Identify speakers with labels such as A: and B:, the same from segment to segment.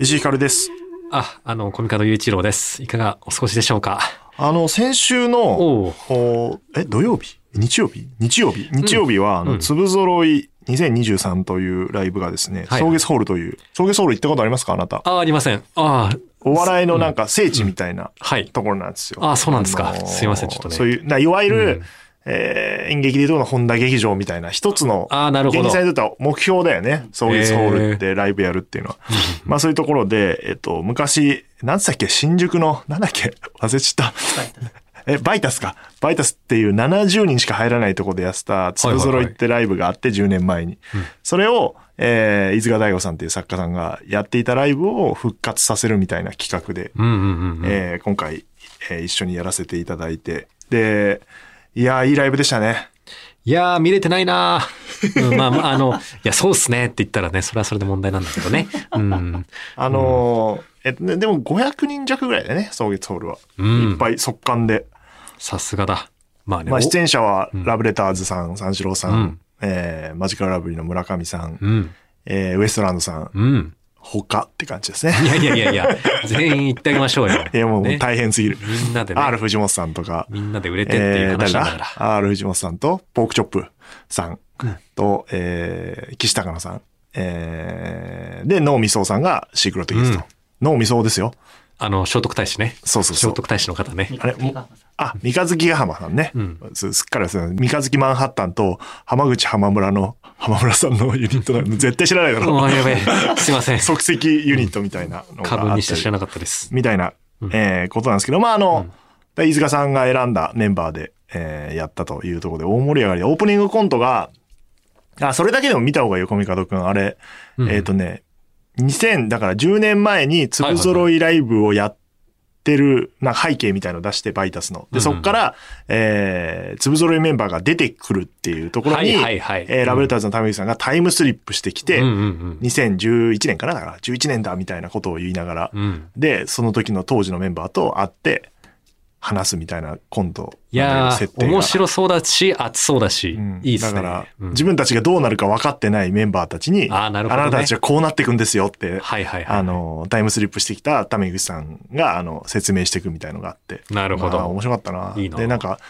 A: 石井ひかるです。
B: あ、あの、コミカドゆういちろうです。いかがお過ごしでしょうか。
A: あの、先週の、
B: おお。
A: おえ、土曜日日曜日日曜日日曜日は、あ
B: う
A: の、
B: ん
A: 粒揃い2023というライブがですね、
B: はい
A: 草月ホールという、草月ホール行ったことありますかあなた。
B: あ、ありません。あー
A: お笑いのなんか聖地みたいな
B: はい。
A: ところなんですよ。
B: あそうなんですか
A: のー
B: すいませんちょっとね
A: そういう、ないわゆる、
B: う
A: え
B: ん
A: ー演劇でいうとこの本田劇場みたいな一つの、
B: あーなるほど
A: 芸人さんにとっては目標だよね。創立ホールってライブやるっていうのは。まあそういうところで、えっと、昔、なんつったっけ、新宿の、なんだっけ、忘れちゃった。 え、バイタスか。バイタスっていう70人しか入らないところでやってた、粒揃いってライブがあって10年前に。それを、えー、飯塚大吾さんっていう作家さんがやっていたライブを復活させるみたいな企画で、
B: うんうんうんうん。
A: えー今回、えー一緒にやらせていただいて。で、いやー、いいライブでしたね。
B: いやー、見れてないなー、うんまあまあ、あの、いや、そうっすねって言ったらね、それはそれで問題なんだけどね。うん。
A: あのーえっとね、でも500人弱ぐらいだね、草月ホールは。
B: うん
A: いっぱい速乾で。
B: さすがだ。まあね。
A: まあ、
B: お
A: 出演者は、ラブレターズさん、三四郎さん、
B: うん
A: えーマジカルラブリーの村上さん、
B: うん。
A: えーウエストランドさん、
B: うん。
A: 他って感じですね。
B: いやいやいやいや、全員言ってあげましょうよ。
A: いや、もう
B: ね
A: 大変すぎる。
B: みんなでね、
A: R 藤本さんとか、
B: みんなで売れてっていう話なんだ
A: えー誰
B: から。
A: だ ?R 藤本さんと、ポークチョップさんと、えー、岸高野さん。えー、で、能みそさんがシークロットギスト。能みそですよ。
B: あの、聖徳太子ね。
A: そうそう
B: 聖
A: そう
B: 徳。太子の方ね。
A: あれ、もあ、三日月ヶ浜さんね。
B: うん
A: すすっかり忘れてた三日月マンハッタンと、浜口浜村の、浜村さんのユニッ トなんで、絶対知らないだろ
B: お
A: う。
B: ーやべえ。すいませ ん。
A: 即席ユニットみたいなのがあ
B: 過
A: った
B: 分
A: り
B: にして知らなかったです。
A: みたいな、えーことなんですけど、まあ、あの、だ飯塚さんが選んだメンバーで、えーやったというところで、大盛り上がりで、オープニングコントが、あ、それだけでも見た方がいいよ、コミカドくん。あれ、
B: うん
A: えっ、とね、2000、だから10年前に粒揃いライブをやってる、なんか背景みたいの出して、バイタスの。で、
B: うん
A: そっから、えー、粒揃いメンバーが出てくるっていうところに、
B: はいはいはい
A: えーラブレターズのためさんがタイムスリップしてきて、
B: うんうん
A: 2011年かなだから、11年だみたいなことを言いながら、
B: うん。うん。
A: で、その時の当時のメンバーと会って、話すみたいな、今度、
B: いや
A: 設
B: ー、
A: 定が
B: 面白そうだし、熱そうだし、
A: うん
B: いいっすね。
A: だから、
B: うん
A: 自分たちがどうなるか分かってないメンバーたちに、
B: あーなるほどね
A: あなたたちはこうなっていくんですよって、
B: はいはいはい。
A: あの、タイムスリップしてきたタメ口さんが、あの、説明していくみたいのがあって。
B: なるほど
A: まあ面白かったな。
B: いいな
A: で、なんか、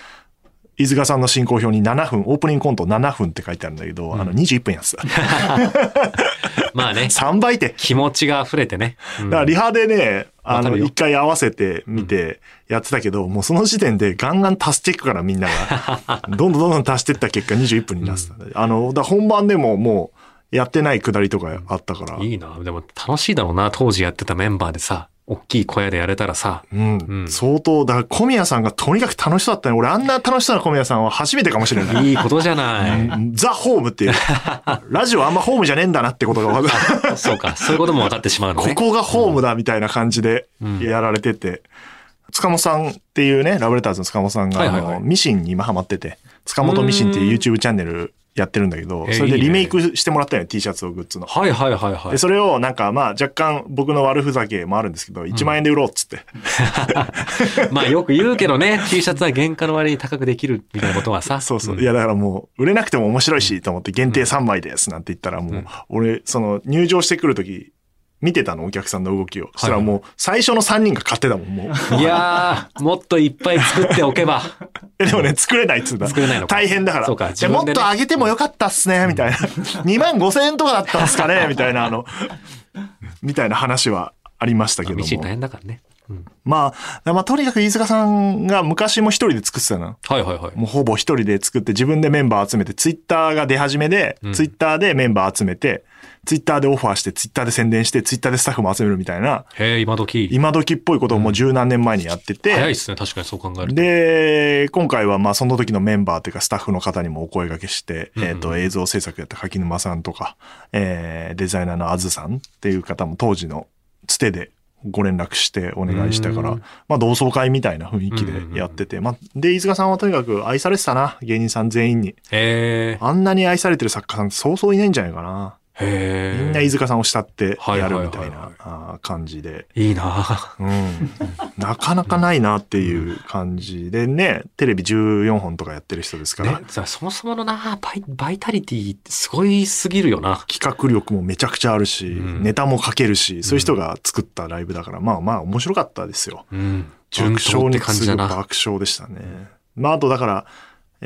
A: 飯塚さんの進行表に7分、オープニングコント7分って書いてあるんだけど、あの、21分や つ。
B: ま あね、
A: 3倍って。
B: 気持ちが溢れてね。うん
A: だからリハでね、あ
B: わか
A: の、
B: るよ
A: 一回合わせて見てやってたけど、もうその時点でガンガン足していくからみんな が、どんどんどんどん足していった結果21分になってた、あの、だから本番でももうやってないくだりとかあったから、
B: いいな。でも楽しいだろうな。当時やってたメンバーでさ、大きい小屋でやれたらさ。
A: うん、
B: うん
A: 相当、だから小宮さんがとにかく楽しそうだったね。俺あんな楽しそうな小宮さんは初めてかもしれ ない。
B: いいことじゃない。
A: ザ・ホームっていう。ラジオあんまホームじゃねえんだなってことが分かる。
B: そうか。そういうことも分かってしまうの
A: こ
B: ね。
A: こがホームだみたいな感じで
B: うん
A: やられてて、塚本さんっていうね、ラブレターズの塚本さんが、
B: はいはいはい
A: あのミシンに今ハマってて、塚本ミシンっていう YouTube チャンネルやってるんだけど
B: え、ー
A: それで
B: いいね
A: リメイクしてもらったよね、T シャツをグッズの。
B: はいはいはいは
A: で、
B: い。
A: それをなんかまあ若干僕の悪ふざけもあるんですけど、1万円で売ろうっつ って。
B: まあよく言うけどね、T シャツは原価の割に高くできるみたいなことはさ。
A: そうそう。
B: ん
A: いや、だからもう、売れなくても面白いし、と思って、限定3枚です、なんて言ったら、もう、俺、その、入場してくるとき、見てたの、お客さんの動きを。そしたらもう、最初の3人が買ってたもん、もう。
B: いやー、もっといっぱい作っておけば。
A: え でもね、作れないっつうんだ。
B: 作れないのか
A: 大変だから。
B: そうか
A: で
B: 自分
A: もっ
B: でね
A: と上げてもよかったっすね、みた いな。2万5千円とかだったんすかね、みたいな、あの、みたいな話はありましたけど
B: 道大
A: も。
B: 変だからね。うん。
A: まあ、まあ、とにかく飯塚さんが昔も一人で作ってたの。
B: はいはいはい。
A: もうほぼ一人で作って自分でメンバー集めて、ツイッターが出始めで、
B: うん
A: ツイッターでメンバー集めて、ツイッターでオファーして、ツイッターで宣伝して、ツイッターでスタッフも集めるみたいな、
B: へえ、今時。
A: 今時っぽいことをもう十何年前にやってて、
B: 早いっすね。確かにそう考えると。
A: で、今回はまあその時のメンバーというかスタッフの方にもお声掛けして、
B: うんうん
A: えっ、と映像制作やった柿沼さんとか、えーデザイナーのあずさんっていう方も当時のつてでご連絡してお願いしたから、
B: うん
A: まあ同窓会みたいな雰囲気
B: うんうんうん
A: でやってて、まあ、で、飯塚さんはとにかく愛されてたな、芸人さん全員に。
B: へえ。
A: あんなに愛されてる作家さんそうそういないんじゃないかな。
B: へ
A: み
B: え。
A: んな飯塚さんを慕って
B: はい
A: や
B: はい
A: る
B: はいはい
A: みたいなあー感じで、
B: いいな
A: うん、なかなかないなっていう感じでね、テレビ14本とかやってる人ですから、
B: ね、さそもそものなバイ、バイタリティってすごいすぎるよな。
A: 企画力もめちゃくちゃあるし、
B: うん
A: ネタも書けるし、そういう人が作ったライブだから、まあまあ面白かったですよ。
B: うん。順
A: 爆
B: 調
A: 笑
B: って
A: に
B: 感
A: 次
B: じだ
A: ぐ
B: な。
A: 爆笑でしたね。まああとだから、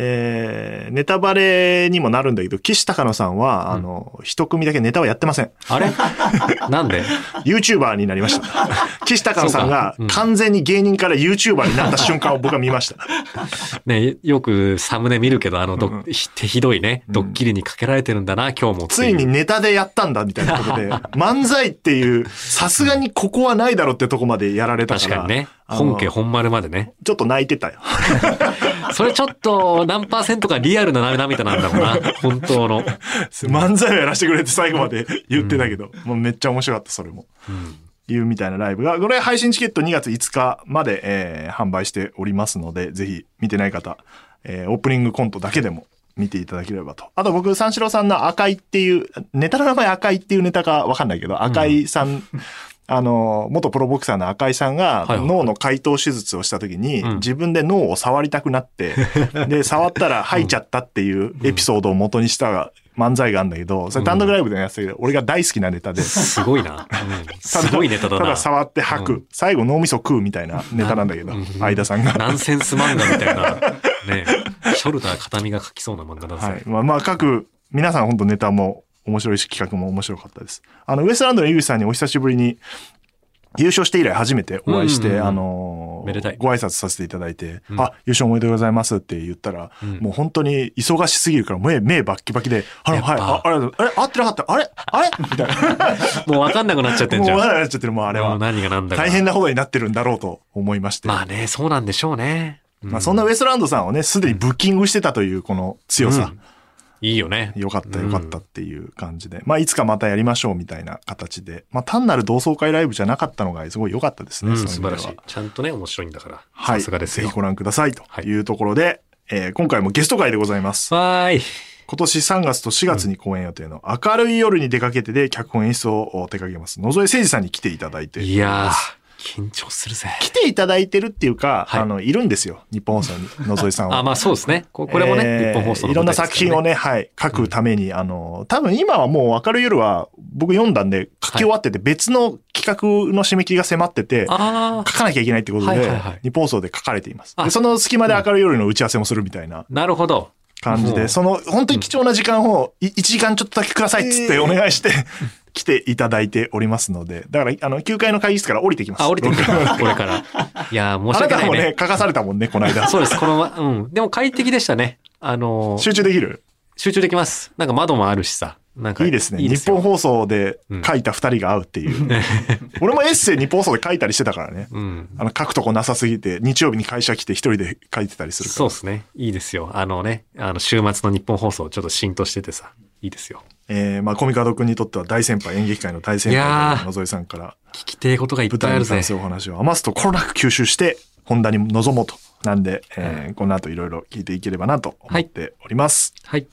A: えーネタバレにもなるんだけど、岸高野さんは、あの、一組だけネタはやってません。
B: あれ なんで
A: YouTuber になりま した。岸高野さんが
B: そうかうん
A: 完全に芸人から YouTuber になった瞬間を僕は見ました。
B: ね、よくサムネ見るけど、あのど、
A: うん
B: ひひどいね、
A: うん
B: ドッキリにかけられてるんだな、今日もってう
A: ついにネタでやったんだみたいなことで、 漫才っていう、さすがにここはないだろってとこまでやられたか
B: 確
A: ら。
B: かにね。
A: あの
B: 本家本丸までね。
A: ちょっと泣いて たよ。
B: それちょっと何パーセントかリアルな涙なんだろうな。本当の。
A: 漫才をやらせてくれって最後まで言ってたけど、もうめっちゃ面白かった、それも。
B: うん
A: いうみたいなライブが、これ配信チケット2月5日まで、えー販売しておりますので、ぜひ見てない方、えーオープニングコントだけでも見ていただければと。あと僕、三四郎さんの赤いっていう、ネタの名前赤いっていうネタかわかんないけど、赤いさん、あの、元プロボクサーの赤井さんが
B: はいはい
A: 脳の解凍手術をした時に
B: うん
A: 自分で脳を触りたくな って、で、触ったら吐いちゃったっていうエピソードを元にした漫才があるんだけど、それ単独ライブでやってたけど、俺が大好きなネタで、
B: すごいな。うんすごいネタだ
A: た
B: な
A: だ。触って吐く、
B: うん
A: 最後脳みそ食うみたいなネタなんだけど、相田さんが。
B: ナンセンス漫画みたいな。ねショルダー片身が書きそうな漫画だ
A: はい
B: ぜ。。
A: まあ、まあ、各、皆さん本当ネタも面白いし、企画も面白かったです。あの、ウエストランドの井口さんにお久しぶりに、優勝して以来初めてお会いして、
B: うんうんうん
A: あのー
B: めでたい
A: ご挨拶させていただいて、
B: うん
A: あ、優勝おめでとうございますって言ったら、
B: うん
A: もう本当に忙しすぎるから、目、目バッキバキで、あの、
B: やっぱ
A: はい、あ、あれ、あれ、合ってなかった、あれ、あれみたい
B: もうわかんなくなっちゃって
A: な。
B: ん
A: もう
B: じゃん。
A: 笑いになっちゃってる、もうあれ
B: も
A: は
B: う。何が何だか。
A: 大変なほどになってるんだろうと思いまして。
B: まあね、そうなんでしょうね。う
A: まあ、そんなウエストランドさんをね、すでにブッキングしてたというこの強さ。
B: いいよね。
A: よかった
B: うん
A: よかったっていう感じで。まあ、いつかまたやりましょうみたいな形で。まあ、単なる同窓会ライブじゃなかったのがすごい良かったですね。
B: うん、
A: そう
B: 素
A: いう意味で
B: 晴ら
A: は
B: しい。ちゃんとね、面白いんだから。
A: はい。
B: さすがです
A: ぜ
B: よ
A: ひ。ご覧くださいというところで、えー今回もゲスト会でございます。
B: わーい。
A: 今年3月と4月に公演予定の明るい夜に出かけてで脚本演出を手掛けます。野添誠二さんに来ていただいて。
B: いやー、緊張するぜ。
A: 来ていただいてるっていうか、
B: はい
A: あの、いるんですよ。日本放送に。野添さんは。
B: あ、まあそうですね。ここれもね、
A: えー
B: 日本放送の
A: いろんな作品を
B: ね。
A: ね、はい、書くために、あの、多分今はもう明るい夜は、僕読んだんで、書き終わってて、別の企画の締め切りが迫ってて、
B: ああ、
A: 書かなきゃいけないってことで、
B: はいはいはい
A: 日本放送で書かれています。
B: あ
A: でその隙間で明るい夜の打ち合わせもするみたいな
B: なるほど。
A: 感じ
B: う
A: で、
B: ん
A: その、本当に貴重な時間を、い1時間ちょっとだけくださいっつってお願いして、 来ていただいておりますので、だから、あの、9階の会議室から降りてきます。
B: あ、降り てくるから、これから。いやー、
A: 僕
B: 申
A: あ
B: し
A: な
B: 訳な
A: た
B: い
A: も
B: ね
A: ね。、書かされたもんね、この間。
B: そうです、このま、うん。でも快適でしたね。あのー、
A: 集中できる
B: 集中できます。なんか窓もあるしさ。なんか
A: いいですね。
B: よ
A: 日本放送で書いた二人が会うって いう。俺もエッセイ日本放送で書いたりしてたからね。
B: うん。
A: あの、書くとこなさすぎて、日曜日に会社来て一人で書いてたりするか
B: そうですね。いいですよ。あのね、あの、週末の日本放送、ちょっと浸透しててさ。いいですよ。
A: ら。えー、まあ、コミカド君にとっては大先輩、演劇界の大先
B: いや
A: 輩
B: ー
A: の野添さんから、
B: 聞きてえことがいっ
A: 舞
B: ぱいあ
A: 台
B: る
A: に
B: ぜ
A: 関。するお話を余すところなく吸収して、本題に臨もうと。なんで、えー、この後いろいろ聞いていければなと思っております。
B: はい。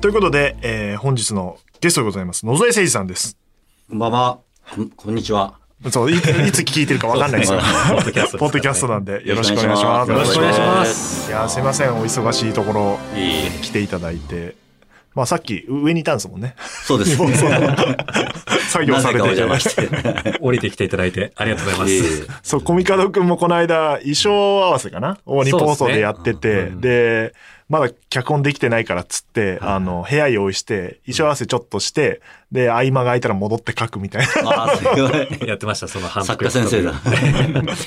A: ということで、えー、本日のゲストでございます。野添誠二さんです。
C: こんばんは。こんこんにちは。
A: そう、いいつ聞いてるかわかんないです よ。
C: ポッドキャストです
A: ポッドキャストなんで、よろしくお願いします。
B: よろしくお願いします。
A: いやーすいませんお忙しいところ
C: いい
A: 来ていただいてまあさっき上にいたんですもんね
C: そうです。
A: そうそう作業
C: な
A: さ
C: ぜ
A: れ
C: かお
A: て
C: 邪魔
A: て
C: して。
B: 降りてきていただいてありがとうございます。
A: そ うコミカドくんもこの間衣装合わせかなを日本放送でやって
B: そう
A: てで,、
B: ですねうん
A: まだ脚本できてないからっつって、あの部屋用意して衣装合わせちょっとしてで合間が空いたら戻って書くみたいな
C: あーすごい。
B: やってました、その反
C: 作家先生だ。。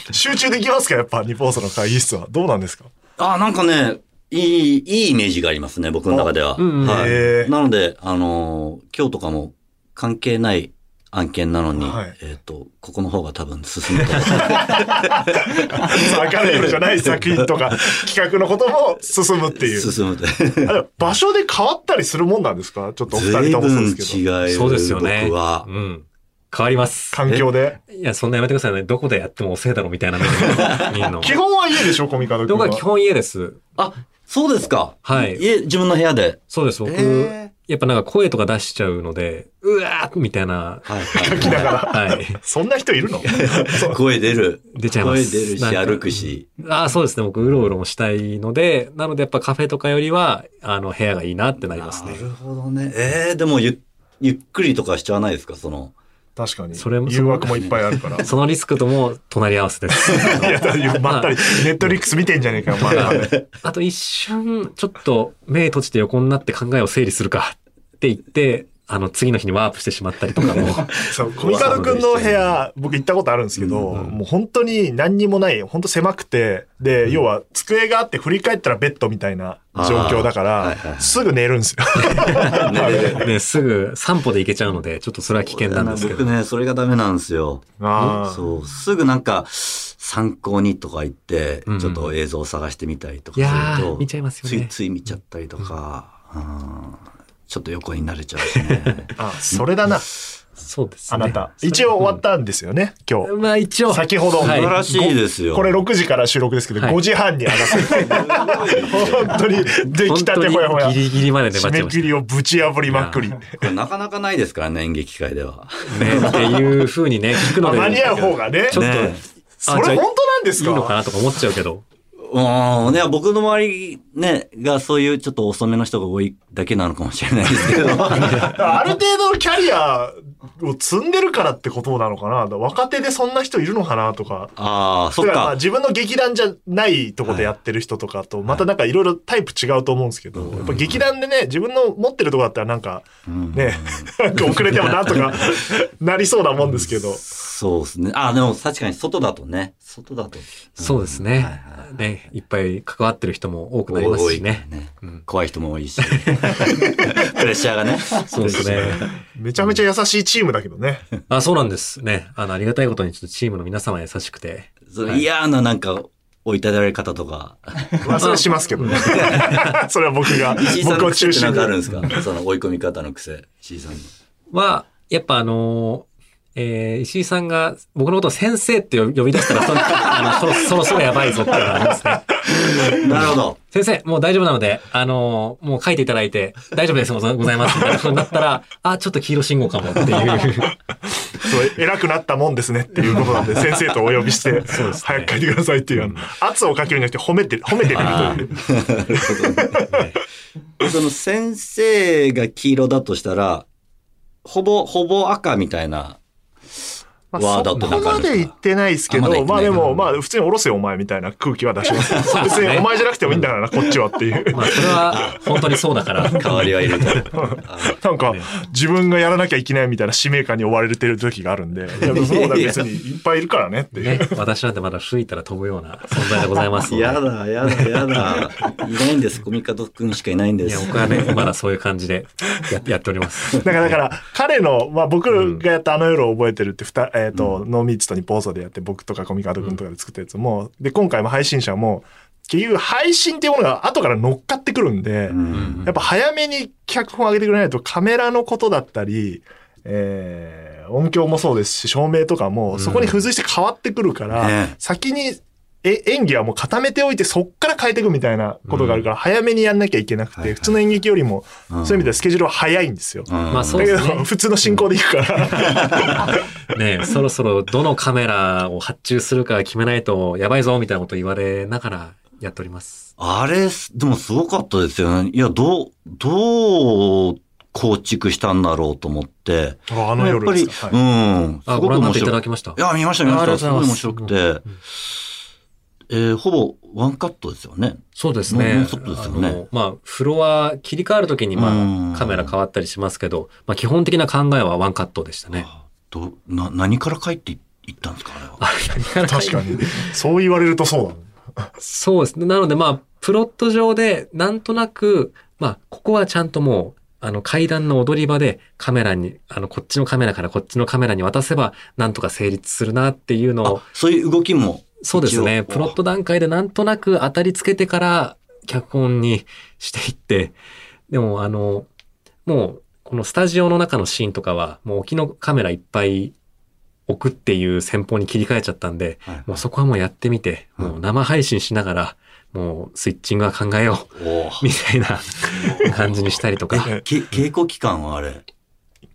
A: 集中できますかやっぱ日本放送の会議室はどうなんですか
C: あーなんかね、いい、いいイメージがありますね、僕の中では。
B: うんうん
A: へ
C: は
A: ー
C: い。なので、あのー今日とかも関係ない案件なのに、
A: はい
C: えっ、と、ここの方が多分進むと。
A: 明るい夜じゃない作品とか企画のことも進むっていう
C: 進むと。
A: あれ場所で変わったりするもんなんですかちょっとお二
C: ずい
A: 人とも
C: ぶ
A: そうんですけど。
C: 違う。
B: そうですよね。
C: 僕は
B: う、ん。変わります。
A: 環境で。
B: え。いや、そんなやめてくださいね。どこでやっても遅いだろみたいな目で見るの。
A: 基本は家でしょ、コミカド君は。
B: 僕は基本家です。
C: あ、そうですか。
B: はい
C: 家、自分の部屋で。
B: そうです、僕。
A: え
B: やっぱなんか声とか出しちゃうので、うわーみたいな。
C: はい
A: ー書きながら。
B: はい。
A: そんな人いるのそう
C: 声出る。
B: 出ちゃいます
C: 声出るし、
B: なんか
C: 歩くし。
B: ああ、そうですね。僕、うろうろもしたいので、なのでやっぱカフェとかよりは、あの、部屋がいいなってなりますね
C: な。るほどね。えー、でもゆ、ゆっくりとかしちゃわないですかその。
A: 確かに。
B: それも
A: 誘惑もいっぱいあるから。
B: そのリスクとも隣り合わせで す。
A: いや、だからまったり、ネットリックス見てんじゃねえかよ、まだ。
B: あと一瞬、ちょっと目閉じて横になって考えを整理するかって言って、あの、次の日にワープしてしまったりと かも。
A: そう、コミカド君の部屋、僕行ったことあるんですけど、もう本当に何にもない、本当狭くて、で、要は机があって振り返ったらベッドみたいな状況だか
C: あーはいはいは
A: ら、
C: い
A: すぐ寝るんですよ。
B: ね、すぐ散歩で行けちゃうので、ちょっとそれは危険なんですけど。
C: 僕ね、それがダメなんですよ。
A: あー
C: そう。すぐなんか、参考にとか言って
B: うんう、ん
C: ちょっと映像を探してみたりと
B: い
C: か
B: や
C: すると、
B: ー、見ちゃいますよ
C: つい
B: ね。
C: つい見ちゃったりとか、うんちょっと横になれちゃうしね。
A: あ、それだな、
B: そうです
A: あ
B: ね。
A: なた。一応終わったんですよね、今日。
B: まあ一応。
A: 先ほど
B: はい
C: 素晴らしいですよ。
A: これ6時から収録ですけど、
B: はい
A: 5時半に上が って、本当に出来たてほやほ
B: 本当
A: や
B: に。ギリギリまで
A: 締
B: 粘っちゃい
A: め
B: ま
A: 切
B: し
A: りをぶち破りまくり。
C: これなかなかないですからね、演劇界では。
B: た。ね、っていう風にね、聞 くので。
A: 間に合う方がね
B: ちょ。っと、
C: ね
A: それ本当なんです
B: いいのか
A: か
B: なとか思っちゃうけど。
C: うん、ね、僕の周り、ね、がそういうちょっと遅めの人が多いだけなのかもしれないですけど。
A: ある程度のキャリアを積んでるからってことなのかな若手でそんな人いるのかなとか。
C: ああ、そっ
A: だからまあ
C: か。
A: 自分の劇団じゃないとこでやってる人とかと、またなんかいろいろタイプ違うと思うんですけど、やっぱ劇団でね、自分の持ってるとこだったらなんか、ね、 なんか遅れてもなんとかなりそうなもんですけど。
C: そうですね。ああ、でも確かに外だとね。外だと。
B: そうですね。ね、いっぱい関わってる人も多くなりますしね。
C: 多いからね怖い人も多いし。 プレッシャーがね。
B: そうですね。
A: めちゃめちゃ優しいチームだけどね。
B: あ、そうなんです。ね。あの、ありがたいことにちょっとチームの皆様優しくて。
C: その嫌ななんか、追い立てられ方とか。
A: まあそれはしますけど ね。それは僕が
C: 石井、さん
A: 僕
C: の
A: を
C: 癖
A: 中
C: って
A: 心に
C: なんかあ。るんですかその追い込み方の癖。石井さんの。
B: は、やっぱあのえー石井さんが僕のことを先生って呼び出したらそん あのそろ、そろそろやばいぞっていうのがありますね。
C: なるほど。
B: 先生、もう大丈夫なので、あのもう書いていただいて、大丈夫です、ござございます。みたいなことになったら、あ、ちょっと黄色信号かもって いう。
A: そう偉くなったもんですねっていうことなんで、先生とお呼びして、
B: そうですね
A: 早く帰ってくださいっていう、あの圧をかけるんじゃなくて褒めて、褒めてるという。
C: その先生が黄色だとしたら、ほぼ、ほぼ赤みたいな。
A: ま
C: わ
A: あ、
C: あだ
A: そ
C: と
A: こまで言ってないですけ
C: あまだ
A: ど、
C: 言っ
A: ま
C: てな
A: あ
C: い
A: で
C: か
A: も、まあ普通におろせよお前みたいな空気は出します。別にお前じゃなくてもいいんだからな、こっちはって いう。
B: まあ、それは本当にそうだから。
C: 代わりはいると。
A: なんか、自分がやらなきゃいけないみたいな使命感に追われてる時があるんで、いや、そうだ、別にいっぱいいるからねっていう。
B: ね、私なんてまだ吹いたら飛ぶような存在でございますので。
C: やだ、やだ、やだ。いないんです。コミカド君しかいないんで
B: いや、
C: す。
B: 僕はね、まだそういう感じでや やっております。
A: だから、だ から、彼の、まあ僕がやったあの夜を覚えてるって、ふた、えっ、と、ノーミーツとニッポン放送でやって、僕とかコミカード君とかで作ったやつも、で、今回も配信者も、結局配信っていうものが後から乗っかってくるんで、やっぱ早めに脚本上げてくれないとカメラのことだったり、えー音響もそうですし、照明とかも、そこに付随して変わってくるから、
C: ね
A: 先に、え、演技はもう固めておいて、そっから変えていくみたいなことがあるから、早めにやんなきゃいけなくて、
C: はいはい
A: 普通の演劇よりも、
C: うん
A: そういう意味ではスケジュールは早いんですよ。
B: まあ、そう
A: だけ
B: で
A: ど、
B: すね。
A: 普通の進行でいくから。
B: ねそろそろどのカメラを発注するか決めないとやばいぞみたいなこと言われながらやっております。
C: あれ、でもすごかったですよね。いや、どう、どう構築したんだろうと思って。
A: ああの
C: やっ
A: 夜
C: ぱ
A: で
C: り、
A: すか。はい
C: うん。す
B: あ、
C: ご
B: ご
C: く
B: 覧にな
C: 面
B: っていた
C: 白
B: だ
C: い。
B: きました
C: い。や、見ました、見ま
B: あり
C: し
B: が
C: た。
B: と
C: す
B: うご
C: ご
B: ざ
C: い
B: い
C: 面
B: ます
C: 白くて。えーほぼワンカットですよね。
B: そうです
C: ノ
B: ね
C: ンストップ。です
B: あ
C: よね
B: の、まあ、フロア切り替わるときに、
C: う
B: ま
C: ん
B: あ、カメラ変わったりしますけど、まあ、基本的な考えはワンカットでしたね。
C: どな何から帰っていったんですか、あれは。
A: 確かに。そう言われるとそうだ。
B: そうですね。なのでまあ、プロット上で、なんとなく、まあ、ここはちゃんともう、あの、階段の踊り場でカメラに、あの、こっちのカメラからこっちのカメラに渡せば、なんとか成立するなっていうのを
C: あ、そういう動きも。
B: そうですね。
C: 一応
B: プロット段階でなんとなく当たりつけてから、脚本にしていって、でもあの、もう、このスタジオの中のシーンとかは、もう沖のカメラいっぱい置くっていう戦法に切り替えちゃったんで、
C: はい
B: もうそこはもうやってみて、
C: うん
B: もう生配信しながら、もうスイッチングは考えよ
C: お
B: う、みたい な感じにしたりとか。
C: えけ稽古期間はあれ。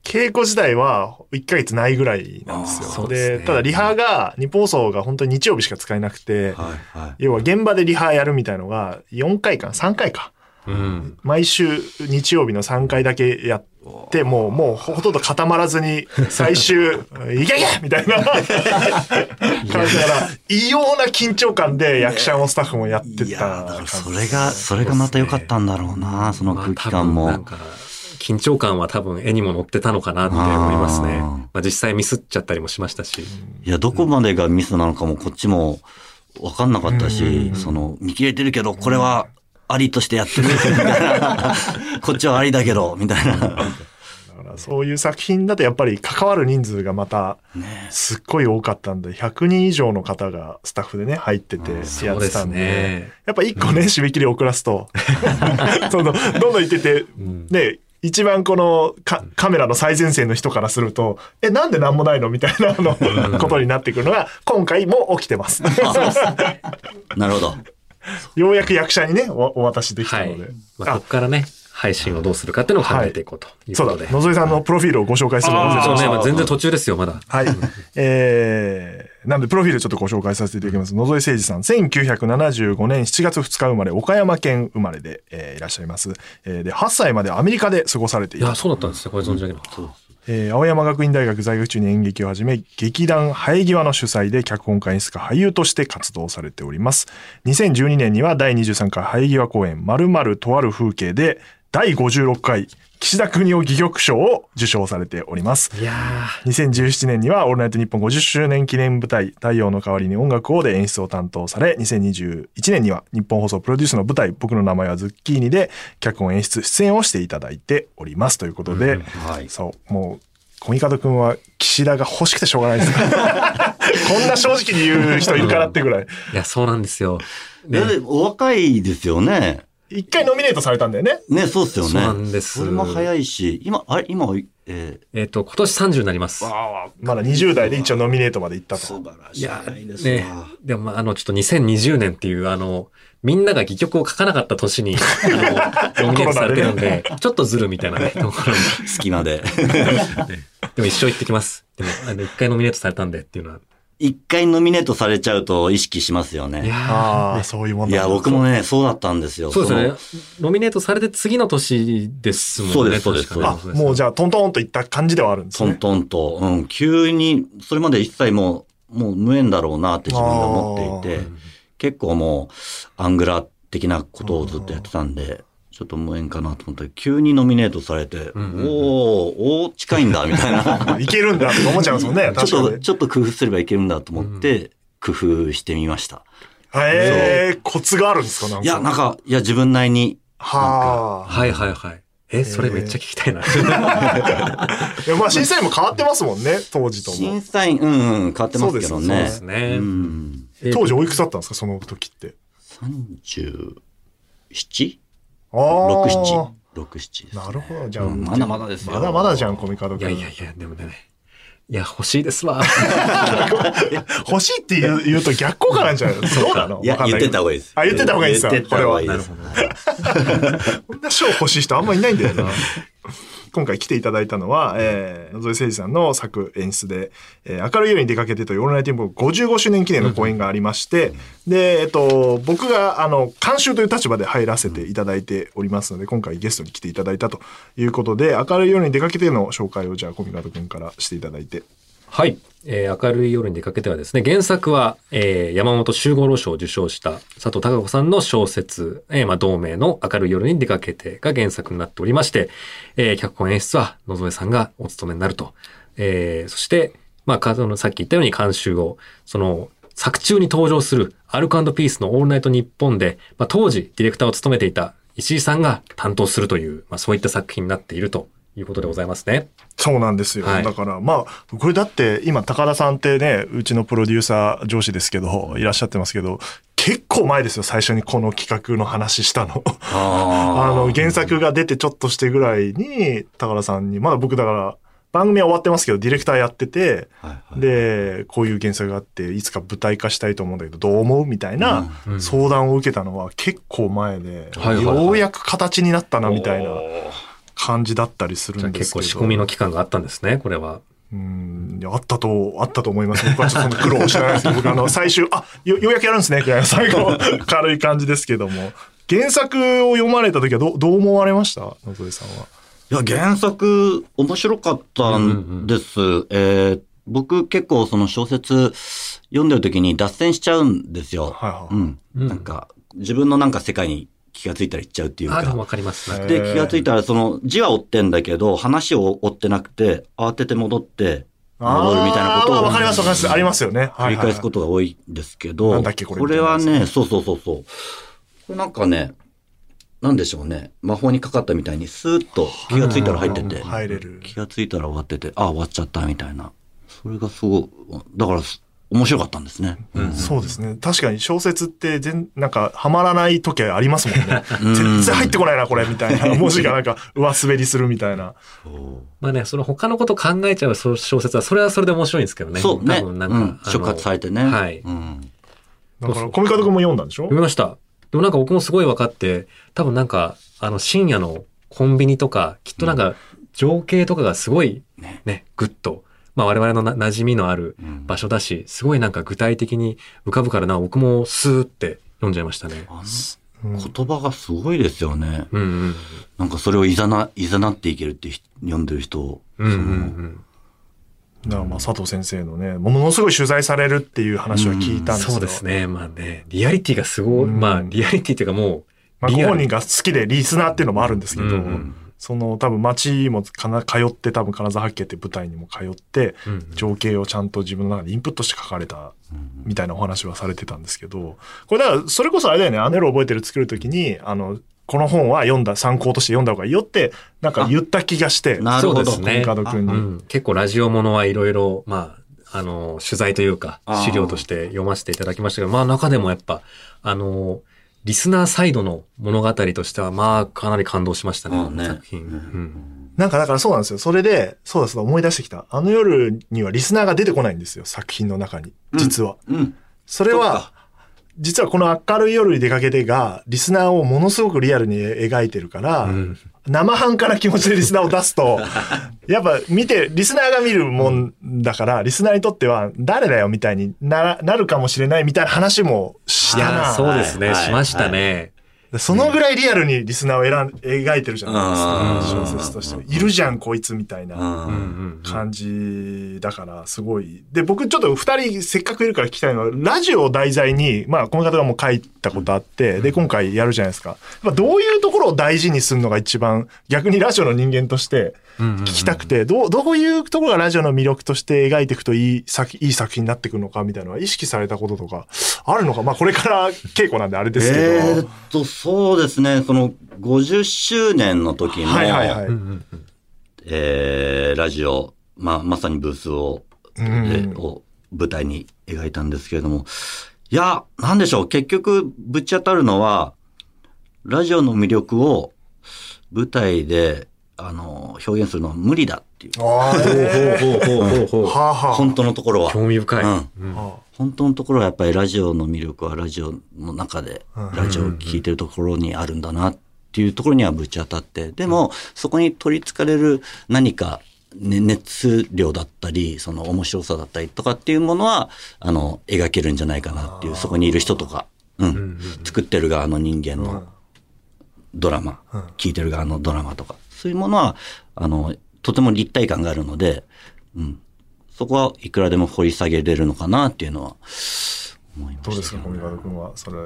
A: 稽古自体は1ヶ月ないぐらいなんですよ。
B: あーそうです
A: で
B: ね
A: ただリハが、二放送が本当に日曜日しか使えなくて、
C: はいはい。
A: 要は現場でリハやるみたいのが4回かな、3回か。
B: うん。
A: 毎週日曜日の3回だけやって、もう、もうほとんど固まらずに、最終、いけいけみたいな感じだから、異様な緊張感で役者もスタッフもやってた
C: いやーだか
A: 感
C: ら
A: じ
C: それが、それがまた良かったんだろうな、その空気感も。
B: まあ多分なんか、緊張感は多分絵にも乗ってたのかなって思いますね。
C: あー
B: まあ実際ミスっちゃったりもしましたし。
C: いや、どこまでがミスなのかもこっちも分かんなかったし、その、見切れてるけど、これはありとしてやってるみたいな。こっちはありだけど、みたいな。
A: だからそういう作品だとやっぱり関わる人数がまたすっごい多かったんで、100人以上の方がスタッフでね、入っててや
B: そう
A: っ
B: で
A: てた
B: す
A: んで、
B: ね。
A: やっぱ一個ね、締め切り遅らす と、その、どんどん行ってて、
B: ん
A: で、一番このかカメラの最前線の人からすると、え、なんでなんもないのみたいなあのことになってくるのが、今回も起きてます。
C: なるほど。
A: ようやく役者にね、おお渡しできた
B: は
A: の
B: い
A: で。。
B: まあ、ここからね、配信をどうするかっていうのを考えていこうとい
A: あ、
B: う
A: そ
B: こ
A: う
B: と
A: だ、
B: で。
A: 野添さんのプロフィールをご紹介するのを忘れて
B: そう
A: まし
B: ね、
A: た
B: まあ全然途中ですよ、まだ。
A: はい。えー、なので、プロフィールちょっとご紹介させていただきます。野添誠二さん、1975年7月2日生まれ、岡山県生まれで、えーいらっしゃいます。えーで、8歳までアメリカで過ごされてい
B: い
A: た
B: や、そうだったんですね、これ存じ上げなかった。
A: えー青山学院大学在学中に演劇を始め、劇団生え際の主催で脚本家演出家俳優として活動されております。2012年には第23回生え際公演、まるとある風景で、第56回岸田邦夫戯曲賞を受賞されております。
B: いや
A: 2017年には「オールナイトニッポン」50周年記念舞台「太陽の代わりに音楽を」で演出を担当され2021年には日本放送プロデュースの舞台「僕の名前はズッキーニ」で脚本演出出演をしていただいておりますということで、
C: はい。
A: そうもうコミカド君は岸田が欲しくてしょうがないです こんな正直に言う人いるからってぐらい
B: ーいや、そうなんですよ。
C: いや
B: ね、
C: でお若いですよね。
A: 一回ノミネートされたんだよね
C: ね、そうっすよね。
B: そうなんです
C: それも早いし、今、あれ、今、え
B: えっと、今年30になります。
A: まだ20代で一応ノミネートまで行っ
C: ー、
A: た
C: 素
A: と
C: 晴らし
B: い
C: い
B: や
C: 早いですわ
B: ね、でもまあ、あの、ちょっと2020年っていう、あの、みんなが戯曲を書かなかった年に、あ の、ノミネートされてるんで、ちょっとずるみたいなね、ところに
C: 隙間で。
B: でも一生行ってきます。でも、あの、一回ノミネートされたんでっていうのは。
C: 一回ノミネートされちゃうと意識しますよ
B: いや
C: ね。
A: あ
B: ー
A: あ、
B: ね
A: そういうもん
C: い
A: だ
C: や、僕もね、そうだったんですよ。
B: そう
C: の
B: ですね。ノミネートされて次の年ですもんね。
C: そうですそうです
B: 確か
A: あ
B: に
A: もうじゃあトントンといった感じではあるんです
C: ト
A: ね
C: ントンと、うん、急に、それまで一切もう、もう無縁だろうなって自分が思っていて、結構もう、アングラ的なことをずっとやってたんで、ちょっと無縁かなと思ったけど急にノミネートされて、
B: んうんうん
C: おー、おー、近いんだ、みた い な。
A: いけるんだとか思っちゃいますもんね。
C: ちょっ
A: 確か
C: と、
A: に。
C: ちょっと工夫すればいけるんだと思って、工夫してみました。
A: ええー、コツがあるんですかなんか。
C: いや、なんか、いや、自分なりに、
A: はあ。
B: はいはいはい。え、それめっちゃ聞きた いな。
A: いや、まあ審査員も変わってますもんね、当時とも
C: 審。査員、うん、うん、変わってますけ
A: そ
C: ど
A: うで
B: そうで
C: ね。
B: すね
C: う。ん。
B: えー
A: 当時おいくつだったんですか、その時って。
C: 37?6、
A: ああ
C: 7。。6、7です。
A: なるほど。じゃあ、
C: うんまだまだですよ
A: まだまだじゃん、コミカド
B: いや
A: 君。
B: いやいや、でもね。いや、欲しいですわ。
A: 欲しいって言う言うと逆効果なんじゃないのそうなの
C: いや
A: わ、かん
C: 言
A: な
C: ってた方がいいです。
A: あ、言ってた方がいいですよ。
C: 言って
A: こ
C: た
A: れ
C: 方が
A: は。
C: いい
A: こ
C: です。
A: んな賞欲しい人あんまいないんだよな。今回来ていただいたのは、えー、野添誠二さんの作演出で、えー明るい夜に出かけてというオールナイトニッポン55周年記念の公演がありまして、で、えっと、僕が、あの、監修という立場で入らせていただいておりますので、今回ゲストに来ていただいたということで、明るい夜に出かけての紹介を、じゃあ、コミカド君からしていただいて。
B: はい。えー明るい夜に出かけてはですね、原作は、えー山本周五郎賞を受賞した佐藤孝子さんの小説、えーまあ、同名の明るい夜に出かけてが原作になっておりまして、えー脚本演出は野添さんがお務めになると。えーそして、まあ、かそのさっき言ったように監修を、その、作中に登場するアルコピースのオールナイトニッポンで、まあ、当時ディレクターを務めていた石井さんが担当するという、まあ、そういった作品になっているということでございますね。
A: そうなんですよ。
B: はい
A: だから、まあ、これだって、今、高田さんってね、うちのプロデューサー上司ですけど、いらっしゃってますけど、結構前ですよ、最初にこの企画の話したの。あ
C: あ
A: の、原作が出てちょっとしてぐらいに、高田さんに、まだ僕だから、番組は終わってますけど、ディレクターやってて、
C: はいはい、
A: で、こういう原作があって、いつか舞台化したいと思うんだけど、どう思うみたいな相談を受けたのは結構前で、
B: はいはいはい
A: ようやく形になったなみたいな
B: おー
A: 感じだったりす
B: じ
A: る
B: ゃあ
A: んです
B: 結
A: け
B: 構
A: ど。
B: 仕込みの期間があったんですね、これは。
A: うん、いやあったと、あったと思います。僕はちょっとその苦労を知らないですけど、僕あの、最終、あ、よ、ようやくやるんですね、ぐらいの最後、 軽い感じですけども。原作を読まれた時はどう、どう思われました野添さんは。
C: いや、原作、面白かったんです。えー僕結構その小説読んでる時に脱線しちゃうんですよ。
A: はいはい。
C: うん。
B: うん
C: なんか、自分のなんか世界に気がついたら行っちゃうっていう
B: あ、でも
C: か。
B: わかります。
A: はい
C: で、
A: へー
C: 気がついたら、その字は追ってんだけど、話を追ってなくて、慌てて戻って、戻るみたいなことを
A: あーまあわかります、わかります。ありますよね。
C: 繰
A: はい
C: り
A: はいはい
C: 返すことが多いんですけど、
A: なんだっけこれ
C: はね、そうそうそうそう。これなんかね、なんでしょうね。魔法にかかったみたいに、スーッと気がついたら入ってて、
A: 入れる。
C: 気がついたら終わってて、あ、終わっちゃったみたいな。それがすごい、だからす、面白かったんですね。うん
A: そうですね。確かに小説って全、なんか、はまらない時ありますもんね。
C: うん
A: 全然入ってこないな、これ、みたいな。文字がなんか、上滑りするみたいな。
B: まあね、その他のこと考えちゃう小説は、それはそれで面白いんですけどね。
C: そうね。
B: 多分なん
C: う
B: か、
C: ん触発されてね。
B: はい
C: うん
A: だから、コミカド君も読んだんでしょ
B: 読みました。でもなんか僕もすごい分かって、多分なんか、あの深夜のコンビニとか、きっとなんか情景とかがすごい
C: ね
B: ね、ぐっと、まあ我々のな馴染みのある
C: うん
B: 場所だし、すごいなんか具体的に浮かぶからな、僕もスーって読んじゃいましたね。
C: あ
A: うん
C: の言葉がすごいですよね。
B: うんうん。
C: なんかそれをいざな、いざなっていけるってひ読んでる人を。
B: うんうんう
C: その
B: ん。
A: だからまあ佐藤先生のね、ものすごい取材されるっていう話は聞いたんですよ。
B: そうですね。まあね、リアリティがすごい、
A: うん
B: まあリアリティというかもう、
A: まあ、
B: リ
A: ご
B: アル
A: 本人が好きでリスナーっていうのもあるんですけど、
B: うん
C: うん
A: その多分街もかな通って、多分金沢八景って舞台にも通って、
B: うんうん
A: 情景をちゃんと自分の中でインプットして書かれた
C: うん
A: みたいなお話はされてたんですけど、これだからそれこそあれだよね、アネロ覚えてる作るときに、あの、この本は読んだ、参考として読んだ方がいいよって、なんか言った気がして、
C: なるほど。
B: そうですね
A: コミカド君
B: う
A: に。
B: ん、結構ラジオものはいろいろ、まあ、あの、取材というか
C: あ、ー
B: 資料として読ませていただきましたけど、まあ中でもやっぱ、あの、リスナーサイドの物語としては、まあかなり感動しましたね、
C: あね
B: 作品。
C: うん
B: うん
A: なんかだからそうなんですよ。それで、そうだそうだ、思い出してきた。あの夜にはリスナーが出てこないんですよ、作品の中に。実は。
C: うん。
A: それ
C: そっ
A: は
C: か、
A: 実はこの明るい夜に出かけてが、リスナーをものすごくリアルに描いてるから、
B: うん
A: 生半可な気持ちでリスナーを出す と、やっぱ見て、リスナーが見るもんだから、リスナーにとっては誰だよみたいにならなるかもしれないみたいな話もし
B: い
A: た
B: やー、
A: な。
B: そうですね、
C: はい
B: しましたね。
A: そのぐらいリアルにリスナーを選ん描いてるじゃないですか、
C: うん
A: 小説として。いるじゃん、こいつみたいな。
B: うんうんうん
A: 感じだから、すごい。で、僕ちょっと二人せっかくいるから聞きたいのは、ラジオを題材に、まあ、この方がもう書いたことあって、で、今回やるじゃないですか。まあ、どういうところを大事にするのが一番、逆にラジオの人間として聞きたくて、どう、どういうところがラジオの魅力として描いていくといい作、いい作品になってくるのかみたいなのは意識されたこととか、あるのかまあ、これから稽古なんであれですけど。
C: えーっと、そうですね。その、50周年の時の、
A: はいはいはい。うんん
B: ううんうん
C: えーラジオ、まあ、まさにブースを、
A: うん
C: でを舞台に描いたんですけれども、いや、なんでしょう、結局、ぶち当たるのは、ラジオの魅力を舞台で、あの、表現するのは無理だっていう。
A: あーえ
B: ほうほうほうほ
A: ー
B: うほ
A: はあはあ
C: 本当のところ
B: う。興
C: は。
B: 味深い。
C: う
B: うん
A: は
C: 本当のところはやっぱりラジオの魅力はラジオの中で
A: うん、
C: ラジオを聴いてるところにあるんだなっていうところにはぶち当たって、でも、そこに取り憑かれる何か、ね、熱量だったり、その面白さだったりとかっていうものは、あの、描けるんじゃないかなっていう、そこにいる人とか、う
B: うん
C: ん、作ってる側の人間
A: あ
C: のドラマ
A: うん、
C: 聴いてる側のドラマとか、そういうものは、あの、とても立体感があるので、うん、そこはいくらでも掘り下げれるのかなっていうのは、思いました
A: ど
C: ね
A: うですか、小見川君は、それ。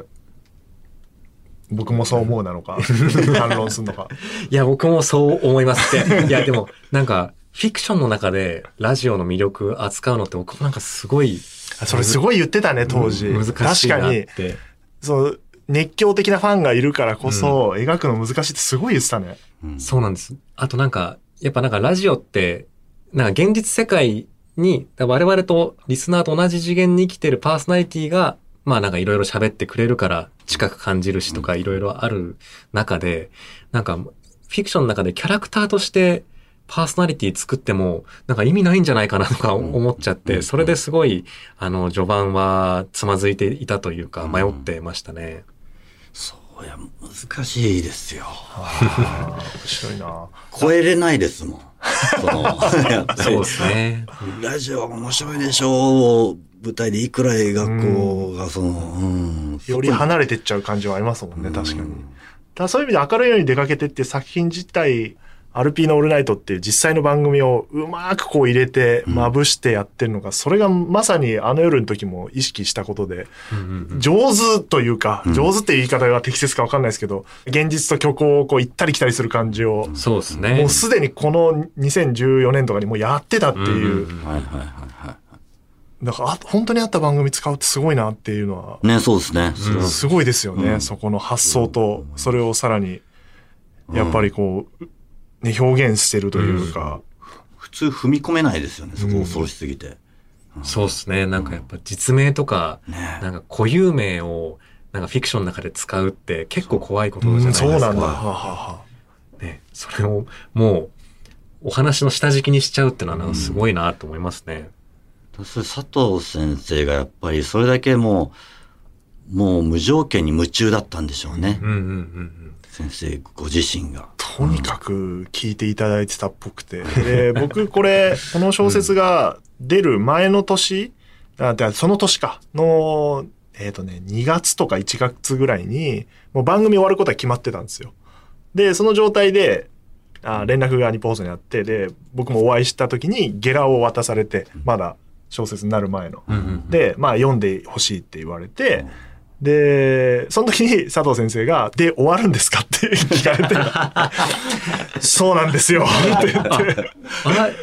A: 僕もそう思うなのか、 反論するのか。
B: いや、僕もそう思いますって。いや、でも、なんか、フィクションの中でラジオの魅力扱うのって僕もなんかすごい
A: それすごい言ってたね、当時。
B: 難し
A: 確
B: いな
A: か
B: っ
A: に、
B: て。
A: そう、熱狂的なファンがいるからこそ、描くの難しいってすごい言ってたね。
C: うん
B: そうなんです。あとなんか、やっぱなんかラジオって、なんか現実世界に、我々とリスナーと同じ次元に生きてるパーソナリティが、まあなんかいろいろ喋ってくれるから近く感じるしとかいろいろある中で、なんかフィクションの中でキャラクターとしてパーソナリティ作っても、なんか意味ないんじゃないかなとか思っちゃっ
C: うんう
B: て、
C: ん
B: それですごい、あの、序盤はつまずいていたというか、迷ってましたね。
C: そうや、難しいですよ。
A: あー面白いな。
C: 超えれないです もん。そのやっぱり
B: そうですね。
C: ラジオ面白いでしょうを舞台でいくら映画校がその、うん。
A: より離れてっちゃう感じはありますもんね、
C: うん
A: 確かに。だからそういう意味で明るいように出かけてって作品自体、アルピーのオールナイトっていう実際の番組をうまくこう入れて、まぶしてやってるのが、それがまさにあの夜の時も意識したことで、
B: うんうんうん
A: 上手というか、
C: うん
A: 上手っていう言い方が適切かわかんないですけど、現実と虚構をこう行ったり来たりする感じを、
B: そうですね。
A: もうすでにこの2014年とかにもうやってたっていう、
B: んんん
C: はいはいはいは
A: だからあ本当にあった番組使うってすごいなっていうのは、
C: い。ね、そうですね。それは
A: すごいですよね、
C: うん
A: そこの発想と、それをさらに、やっぱりこう、ね、表現してるというか、
C: 普通踏み込めないですよね。そこ恐ろしすぎて。
B: そうですね。なんかやっぱ実名とか、
C: ね
B: なんか固有名を、なんかフィクションの中で使うって結構怖いことじゃないですか。
A: そうなんだ。は
C: は
A: あはあはあ
B: ね、それをもうお話の下敷きにしちゃうってのはなんかすごいなと思いますね。
C: それ佐藤先生がやっぱりそれだけもう、もう無条件に夢中だったんでしょうね。
B: うんうんうんうん。
C: 先生ご自身が。
A: とにかく聞いていただいてたっぽくて。で、 僕これ、この小説が出る前の年、あでその年か、の、えっ、とね、2月とか1月ぐらいに、もう番組終わることは決まってたんですよ。で、その状態で、あ連絡が日本放送にあって、で、僕もお会いした時にゲラを渡されて、まだ小説になる前の。
B: うんうん
A: で、まあ読んでほしいって言われて、で、その時に佐藤先生が、で、終わるんですかって 聞かれて、そうなんです よって言って、
B: あら、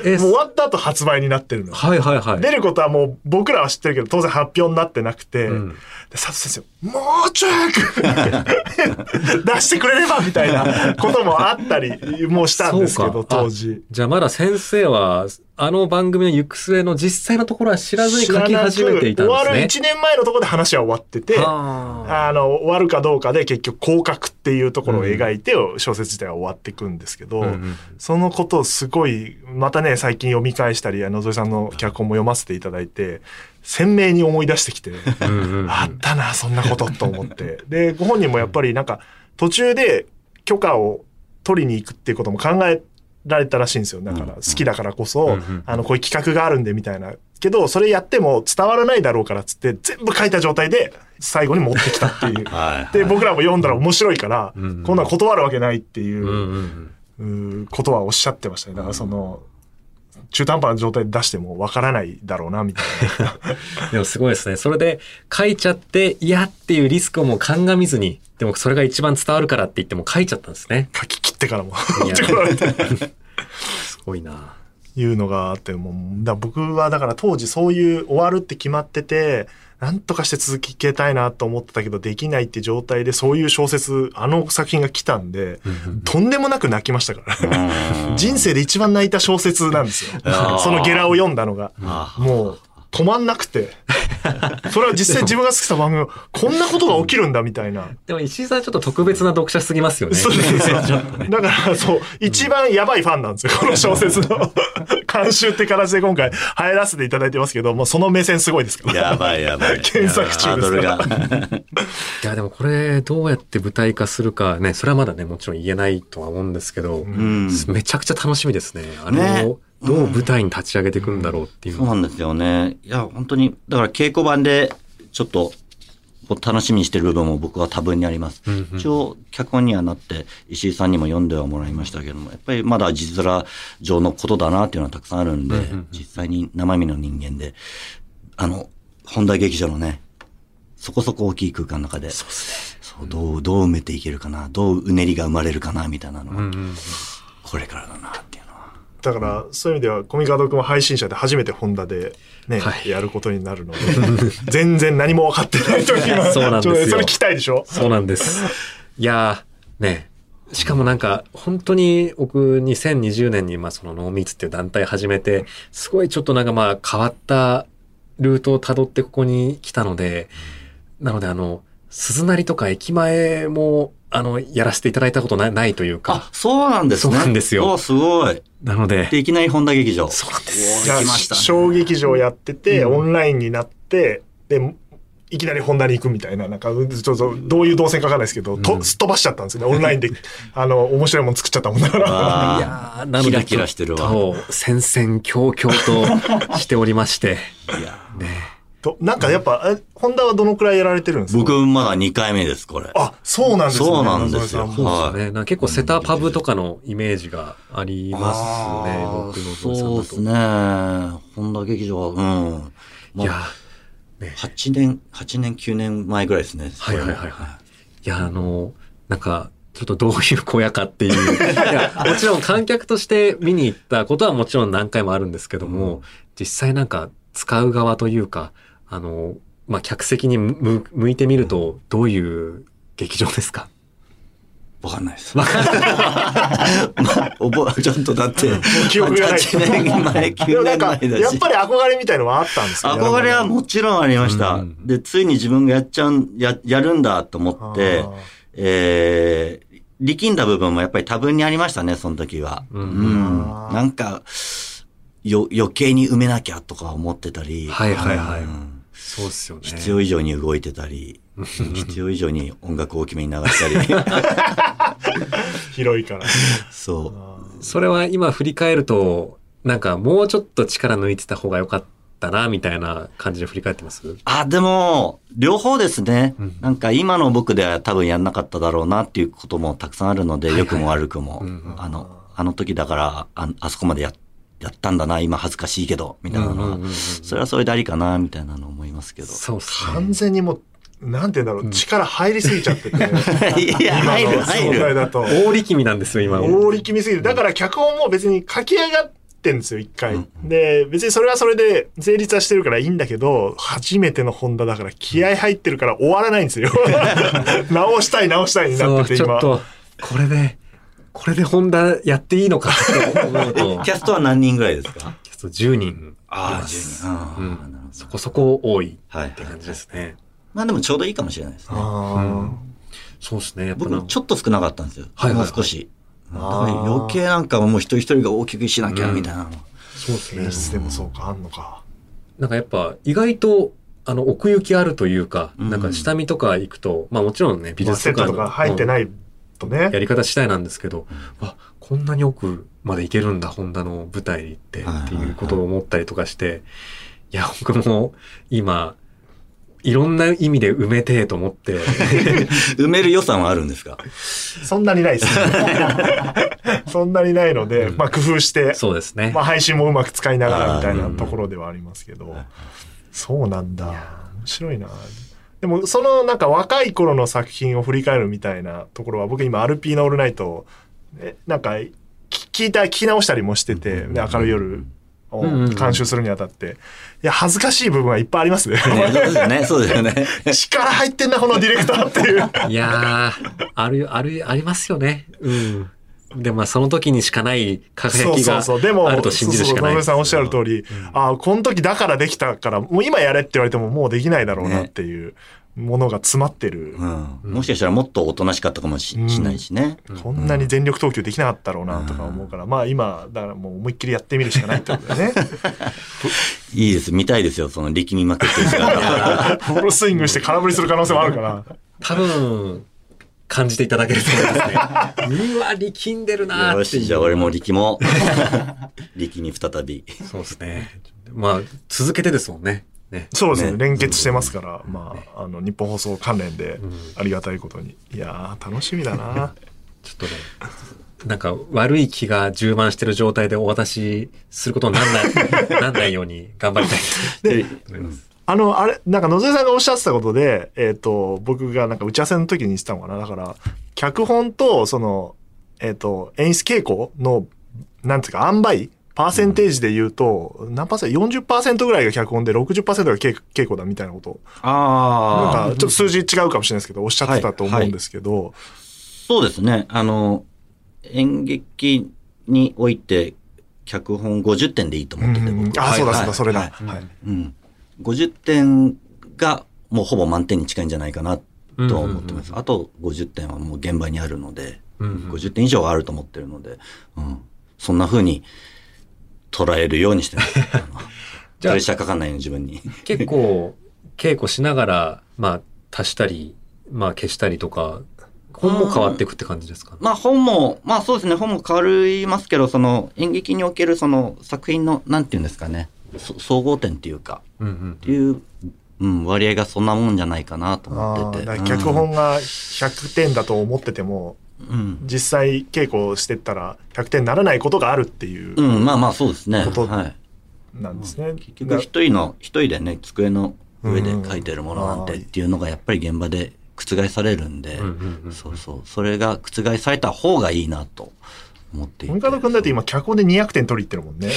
B: えー
A: もう終わった後発売になってるの。
B: はいはいはい。
A: 出ることはもう僕らは知ってるけど、当然発表になってなくて、
B: うん
A: で佐藤先生、もうちょい出してく れればみたいなこともあったりもしたんですけ
B: そう
A: ど、
B: か
A: 当時。
B: じゃあまだ先生は、あの番組の行く末の実際のところは知らずに書き始めていたんですね。
A: 終わる1年前のところで話は終わってて、
B: はあ
A: あの終わるかどうかで結局降格っていうところを描いて小説自体は終わっていくんですけど、
B: うんうんうん
A: そのことをすごいまたね最近読み返したり野添さんの脚本も読ませていただいて鮮明に思い出してきて、
B: うんうんうん
A: あったなそんなことと思ってでご本人もやっぱりなんか途中で許可を取りに行くっていうことも考えられたらしいんですよだから
C: うん
A: 好きだからこそ、
B: うんうん
A: あのこういう企画があるんでみたいなけどそれやっても伝わらないだろうからっつって全部書いた状態で最後に持ってきたって いう。
C: はいはい
A: で、僕らも読んだら面白いから、
B: うんうん
A: こんなん断るわけないってい
B: うん
A: う、
B: うんうん
A: うーことはおっしゃってましたね。だからその、中途半端な状態で出してもわからないだろうな、みたい な。
B: でもすごいですね。それで書いちゃって嫌っていうリスクをもう鑑みずに、でもそれが一番伝わるからって言っても書いちゃったんですね。
A: 書き切ってからも
B: い
A: 持っ
B: や
A: てこられて。
B: すごいな。
A: いうのがあって、もう、だから僕はだから当時そういう終わるって決まってて、なんとかして続けたいなと思ってたけど、できないって状態で、そういう小説、あの作品が来たんで、とんでもなく泣きましたから。
C: うん
A: 人生で一番泣いた小説なんですよ。
C: あー
A: そのゲラを読んだのが。
C: ああ
A: もう止まんなくて。それは実際自分が好きな番組、こんなことが起きるんだみたいな。
B: でも石井さんちょっと特別な読者すぎますよね。
A: そう そうそうだから、そう、一番やばいファンなんですよ。この小説 の監修って形で今回入らせていただいてますけど、もうその目線すごいですから。
C: やばいやばい。
A: 検索中ですから
C: ハードル が。
B: いやでもこれどうやって舞台化するかね、それはまだね、もちろん言えないとは思うんですけど、
C: うん。
B: めちゃくちゃ楽しみですね。あれ
C: ね
B: をどう舞台に立ち上げていくんだろうっていう
C: そう
B: のは。
C: なんですよね。いや、本当に、だから稽古版で、ちょっと、こう楽しみにしてる部分も僕は多分にあります。
B: うんうん
C: 一応、脚本にはなって、石井さんにも読んではもらいましたけども、やっぱりまだ字面上のことだなっていうのはたくさんあるんで、実際に生身の人間で、あの、本田劇場のね、そこそこ大きい空間の中で、そうどう、どう埋めていけるかな、どううねりが生まれるかな、みたいなの
B: う
C: は、
B: んうん
C: これからだなっていうのは。
A: だから、そういう意味では、コミカド君は配信者で初めてホンダでね、
B: はい
A: やることになるので、全然何も分かってない時は、
B: そうなんですよ
A: ちょっとそれ聞きたいでしょ
B: そうなんです。 いやー、ね。しかもなんか、本当に僕2020年にまあそのノーミーツっていう団体始めて、すごいちょっとなんかまあ変わったルートを辿ってここに来たので、なのであの、鈴なりとか駅前もあの、やらせていただいたことないないという
C: あ
B: か、、
C: そうなんですね。
B: そうなんですよ
C: おすごい。
B: なので、
C: で、いきなり本田劇場。
B: そうなんで
C: お
B: す。
A: じゃあ
C: 行きましたね
A: 小劇場やってて、
B: うん
A: オンラインになって、で、いきなりホンダに行くみたいな、なんか、ちょっと、どういう動線かわかんないですけど、
B: う
A: と、
B: ん
A: すっ飛ばしちゃったんですよね。オンラインで、 あの、面白いもん作っちゃったもんだから。
B: い
C: あ
B: やーなので、
C: キラキラしてるわ
B: ちょっと戦々恐々としておりまして、
C: ーいや
B: ね、
A: となんかやっぱ、えホンダはどのくらいやられてるんですか
C: 僕、まだ2回目です、これ。
A: あ、そうなんですね。
C: そうなんですよ
A: 謎
B: そ
A: 々さんも
B: うですね。なんか結構セタパブとかのイメージがありますね。
C: あー
B: 僕のゾウさん
C: そう
B: だ
C: です
B: と。
C: ね。本田劇場は、うん。
B: い
C: もう
B: や、
C: 8年、8年、9年前ぐらいですね。
B: はいはいはいはいいや、あの、なんか、ちょっとどういう小屋かっていう。 いや、もちろん観客として見に行ったことはもちろん何回もあるんですけども、実際なんか使う側というか、あの、まあ、客席に向向いてみると、どういう劇場ですか
C: わかんないです。わかん ない。まあ、ちょっとだって、
A: 記憶がない
C: 8年前、
A: でも
C: 9
A: なん
C: 年
A: か、
C: 前
A: や
C: だ
A: っ
C: し。
A: ぱり憧れみたいのはあったんですかね
C: 憧れはもちろんありました。
B: うん
C: で、ついに自分がやっちゃう、や、やるんだと思
A: あー
C: って、えー、力んだ部分もやっぱり多分にありましたね、その時は。
B: う
C: うんん。なんか、よ、余計に埋めなきゃとか思ってたり。
B: はいはいはい
C: うん
B: そうですよね。
C: 必要以上に動いてたり、必要以上に音楽を大きめに流し たり。
A: 広いから。
C: そう。
B: それは今振り返ると、なんかもうちょっと力抜いてた方が良かったな、みたいな感じで振り返ってます
C: あ、でも、両方ですね。
B: うん
C: なんか今の僕では多分やんなかっただろうなっていうこともたくさんあるの
B: は
C: で、
B: いはい
C: 良くも悪くも、
B: うんうん
C: あの、あの時だから、ああそこまでややったんだな、今恥ずかしいけど、みたいなのは、それはそれでありかな、みたいなの思いますけど。
B: そうっすね。
A: 完全にもう、なんて言うんだろう、力入りすぎちゃってて。
C: いや、入
A: 今
C: る、入
A: の状態
C: る。
A: だと。
B: 大力みなんですよ、今。
A: 大力みすぎる。だから脚本も別に書き上がってんですよ、一回。
C: うん
A: で、別にそれはそれで成立はしてるからいいんだけど、初めてのホンダだから気合入ってるから終わらないんですよ。直したい直したいに
B: そ
A: な
B: う、
A: ってて
B: ちょ
A: 今
B: っ。と、これで、これでホンダやっていいのかって思うと、
C: キャストは何人ぐらいですか
B: ちょっと10人。
C: ああ、
B: す
C: 10人。うん
B: うんそこそこ多い
C: はい
B: って感じですね。
C: まあでもちょうどいいかもしれないですね。
A: あ
B: そうですね。やっぱ
C: 僕、ちょっと少なかったんですよ。
B: はいはいはい
C: もう少し。だ
A: あ
C: から
A: ー
C: 余計なんかもう一人一人が大きくしなきゃ、
B: うん
C: みたいなの。
B: そうです
A: ー
B: ね
A: 演。出でもそうか、あんのか。
B: なんかやっぱ意外とあの奥行きあるというか、
C: うん
B: なんか下見とか行くと、まあもちろんね、美
A: まあ
B: 術
A: セッ
B: とか
A: ト
B: の
A: とか入ってないとね
B: や。り方次第なんですけど、わ、こんなに奥まで行けるんだ、ホンダの舞台に行って、
C: はいはいはい
B: っていうことを思ったりとかして、いや、僕も今、いろんな意味で埋めてえと思って、
C: 埋める予算はあるんですか
A: そんなにないです。 そんなにないので、
B: うん
A: まあ工夫して、
B: そうですね。
A: まあ配信もうまく使いながらみたい
B: あ
A: な
B: ー
A: ところではありますけど。そうなんだ。面白いな。でもそのなんか若い頃の作品を振り返るみたいなところは僕今アルピーのオールナイトをえなんか聞聞いた聞き直したりもしてて、で明るい夜を
B: うんうん
A: 監修するにあたって、いや恥ずかしい部分はいっぱいあり ますね。
C: ねそうですよね。そうですよね。
A: 力入ってんなこのディレクターっていう。
B: いやー、ある、ある、ありますよね。うん。でもまあその時にしかない輝
A: そう
B: き
A: そ
B: が
A: うそう。でも、
B: あると信じるしかない。
A: そうそう野々村さんおっしゃる通り、ああ、この時だからできたから、もう今やれって言われてももうできないだろうなっていうものが詰まってる。
C: うん。もしかしたらもっとおとなしかったかもし
A: うん
C: しないしね。
A: こんなに全力投球できなかったろうなとか思うから、まあ今、だからもう思いっきりやってみるしかないってことだ よね。
C: いいです。見たいですよ。その力みまくってる 姿。
A: フルスイングして空振りする可能性もあるから。
B: 多分、感じていただけると思いま すね。うわ、力んでるなーっていう
C: よし、じゃあ俺も力も。力み再び。
B: そうですね。まあ、続けてですもんね。ね。
A: そうですね。
C: ね
A: 連結してますから、まあ、あの、日本放送関連でありがたいことに。いやー、楽しみだな。
B: ちょっとね、なんか悪い気が充満してる状態でお渡しすることになんない、 なんないように頑張りたい
A: で
B: と思います。
A: あの、あれ、なんか野添さんがおっしゃってたことで、えっ、と、僕がなんか打ち合わせの時に言ってたのかな。だから、脚本と、その、えっ、と、演出傾向の、なんていうか、塩梅パーセンテージで言うと、何パーセント ?40% ぐらいが脚本で60%が稽稽古だみたいなこと。なんか、
C: あ
A: ちょっと数字違うかもしれないですけど、おっしゃってたと思うんですけど、
C: そうですね。あの、演劇において、脚本50点でいいと思って
A: う
C: て、
A: ん
C: 僕
A: あ、そうだ
C: は
A: そ
C: いう
A: だ、それだ。
C: はい
A: はい
C: うん。50点がもうほぼ満点に近いんじゃないかなっとは思ってます。あと50点はもう現場にあるので、
B: うんうん
C: 50点以上はあると思ってるので、うん、そんな風に捉えるようにしてます。あ のプ
B: じゃあ
C: レッシャーかかんないように自分に。
B: 結構、稽古しながら、まあ、足したり、まあ、消したりとか、本も変わっていくって感じですかね。
C: まあ本も、まあそうですね、本も変わりますけど、その演劇におけるその作品の、なんていうんですかね、そ総合点っていうか、
B: うんうん
C: っていう、うん、割合がそんなもんじゃないかなと思
A: あ
C: って
A: ー
C: て。
A: だから脚本が100点だと思ってても、
C: うん、
A: 実際稽古をしてったら100点にならないことがあるっていう
C: うん、うんまあまあそうですね。
A: こと
C: はい。
A: なんですね。
C: 結局一人の、一人でね、机の上で書いてるものなんて
A: う
C: っ
A: ん
C: ていうのがやっぱり現場で覆されるんで、
B: うんうんうん
C: そうそう、それが覆された方がいいなと思っていて。
A: 文化堂君だって今脚本で200点取り入ってるもんね。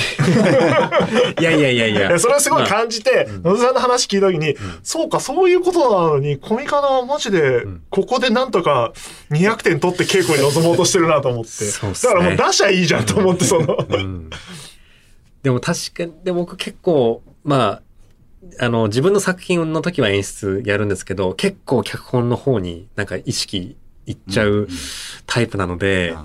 B: いやいやいやいや。
A: それをすごい感じて、野田さんの話聞いた時に、そうか、そういうことなのに、コミカナはマジで
B: ん、
A: ここでなんとか200点取って稽古に臨もうとしてるなと思って。
B: そうっす
A: だ
B: ね
A: からもう出しゃいいじゃんと思って、その。
B: うんでも確かに、で僕結構、まあ、あの、自分の作品の時は演出やるんですけど、結構脚本の方になんか意識いっちゃうタイプなので、
C: あ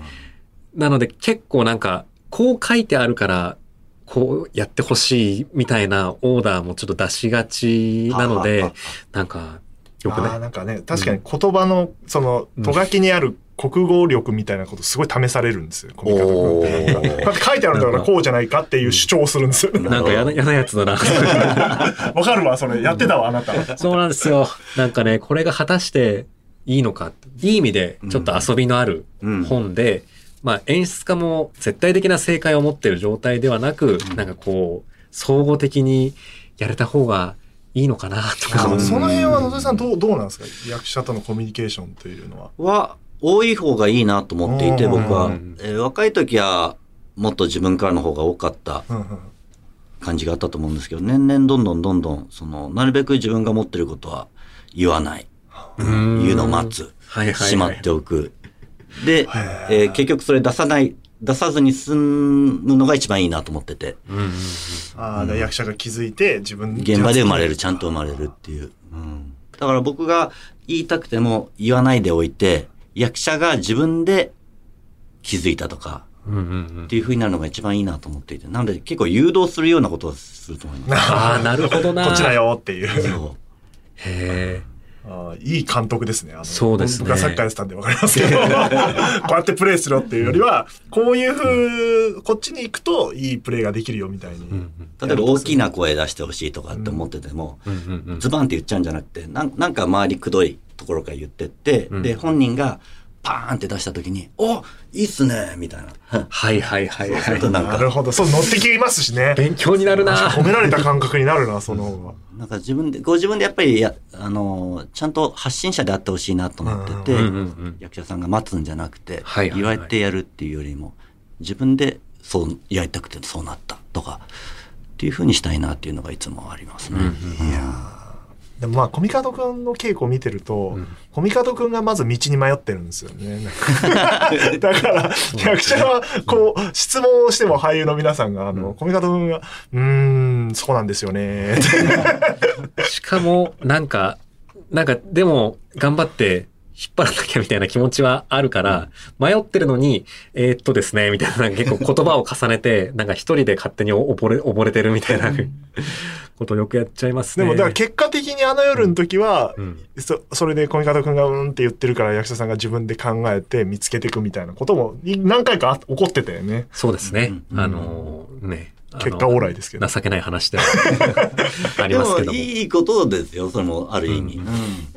B: なので結構なんか、こう書いてあるから、こうやってほしいみたいなオーダーもちょっと出しがち
C: ー
B: なの
C: ああ
B: で
C: あ、
B: なんか、よく
A: あー
B: ね。
A: なんかね、確かに言葉の、その、とがきにある国語力みたいなことすごい試されるんですよ、コミカド
C: お
A: 君。だ
C: ー
A: って書いてあるんだからこうじゃないかっていう主張をするんですよ。
C: あ
B: なんかやなやなやつだな。
A: わかるわ、それ。やってたわ、あなた。
B: そうなんですよ。なんかね、これが果たしていいのかって、いい意味でちょっと遊びのある
C: うん
B: 本で、まあ演出家も絶対的な正解を持ってる状態ではなく、なんかこう、総合的にやれた方がいいのかなと
A: あ
B: か
A: の
C: う。ん
A: その辺は野添さんどう、どうなんですか役者とのコミュニケーションというのは。
C: は多い方がいいなと思っていて、
A: うん
C: 僕
B: う
C: は
B: ん。
C: えー若い時は、もっと自分からの方が多かった
A: うんうん
C: 感じがあったと思うんですけど、年々どんどんどんどん、その、なるべく自分が持ってることは言わない。
B: うん
C: 言うのを待つ。
B: はいはいはい
C: しまっておく。で、えー結局それ出さない、出さずに済むのが一番いいなと思ってて、
B: うんうんうん
A: ああ、だから役者が気づいて自分
C: 現場で生まれる、ちゃん
A: と。
C: と生まれるっていう。うんだから僕が言いたくても言わないでおいて、役者が自分で気づいたとか、
B: うんうんうん
C: っていう風になるのが一番いいなと思っていて、なので結構誘導するようなことをすると思い ます。
B: ああ、なるほどな。
A: こっちだ。よっていう。
C: そう
B: へえ。
A: ああいい監督ですね。あの
B: そうですね
A: 僕がサッカーやってたんで分かりますけ ど、こうやってプレーするよっていうよりは、こういうふう、こっちに行くといいプレーができるよみたいに。
B: うん
C: 例えば大きな声出してほしいとかって思ってても、
B: うんうんうん
C: ズバンって言っちゃうんじゃなくて、なんなんか周りくどいところから言ってって、
B: うん
C: で、本人がパーンって出した時に、おいいっすねみたいな。
B: はいはいはいは
C: あ
B: い
C: と。なん
A: なる
C: か、
A: ほど。そう、乗ってきますしね。
B: 勉強になるな。
A: 褒められた感覚になるな、その方が。
C: なんか自分で、ご自分でやっぱりや、あのー、ちゃんと発信者であってほしいなと思ってて、
A: うん
B: うんうん
C: 役者さんが待つんじゃなくて、
B: はいはいはい
C: 言われてやるっていうよりも、自分でそう、やりたくてそうなったとか、っていうふうにしたいなっていうのがいつもありますね。うん
A: でもまあ、コミカドくんの稽古を見てると、コミカドくんがまず道に迷ってるんですよ ね。 だから、役者は、こう、質問をしても俳優の皆さんが、あの、コミカドくんが、うーん、そうなんですよね。
B: しかも、なんか、なんか、でも、頑張って、引っ張らなきゃみたいな気持ちはあるから、迷ってるのに、えーっとですね、みたいな、なんか結構言葉を重ねて、 なんか一人で勝手に溺れ、溺れてるみたいなことをよくやっちゃいます
A: で
B: ね。
A: も、だから結果的にあの夜の時は、
B: うん
A: そそれで小見方くんがうーんって言ってるから役者さんが自分で考えて見つけていくみたいなこともい何回かあ起こってたよね。
B: そうですね。
C: うん
B: あのーね。あの
A: 結果オーライですけど。
B: 情けない話で はあり
C: で
B: ます
C: も
B: けども。
C: いいことですよ、それもある意味。
B: うん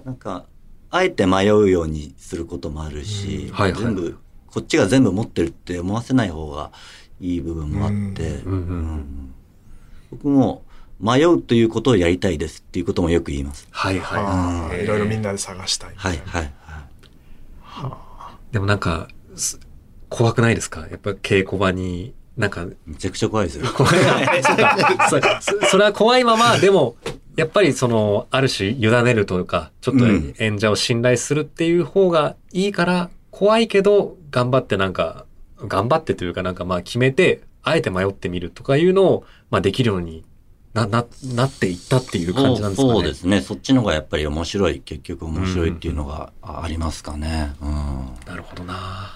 C: なんか、あえて迷うようにすることもあるし、
B: うんはいはい
C: 全部、こっちが全部持ってるって思わせない方がいい部分もあって、
B: うんうんうん
C: うん僕も迷うということをやりたいですっていうこともよく言います。
B: はい
A: あ
B: は
A: あいろいろみんなで探したい。
C: はい、はい。
B: い。でもなんか、す怖くないですかやっぱ稽古場に、なんか、
C: めちゃくちゃ怖いですよ。
B: 怖い。そうか そそそれは怖いまま、でも、やっぱりその、ある種委ねるというか、ちょっと
C: うん
B: 演者を信頼するっていう方がいいから、怖いけど、頑張ってなんか、頑張ってというかなんかまあ決めて、あえて迷ってみるとかいうのを、まあできるようにな、な、なっていったっていう感じなんですかね。
C: そうですね。そっちの方がやっぱり面白い、結局面白いっていうのがありますかね。うん。
B: なるほどな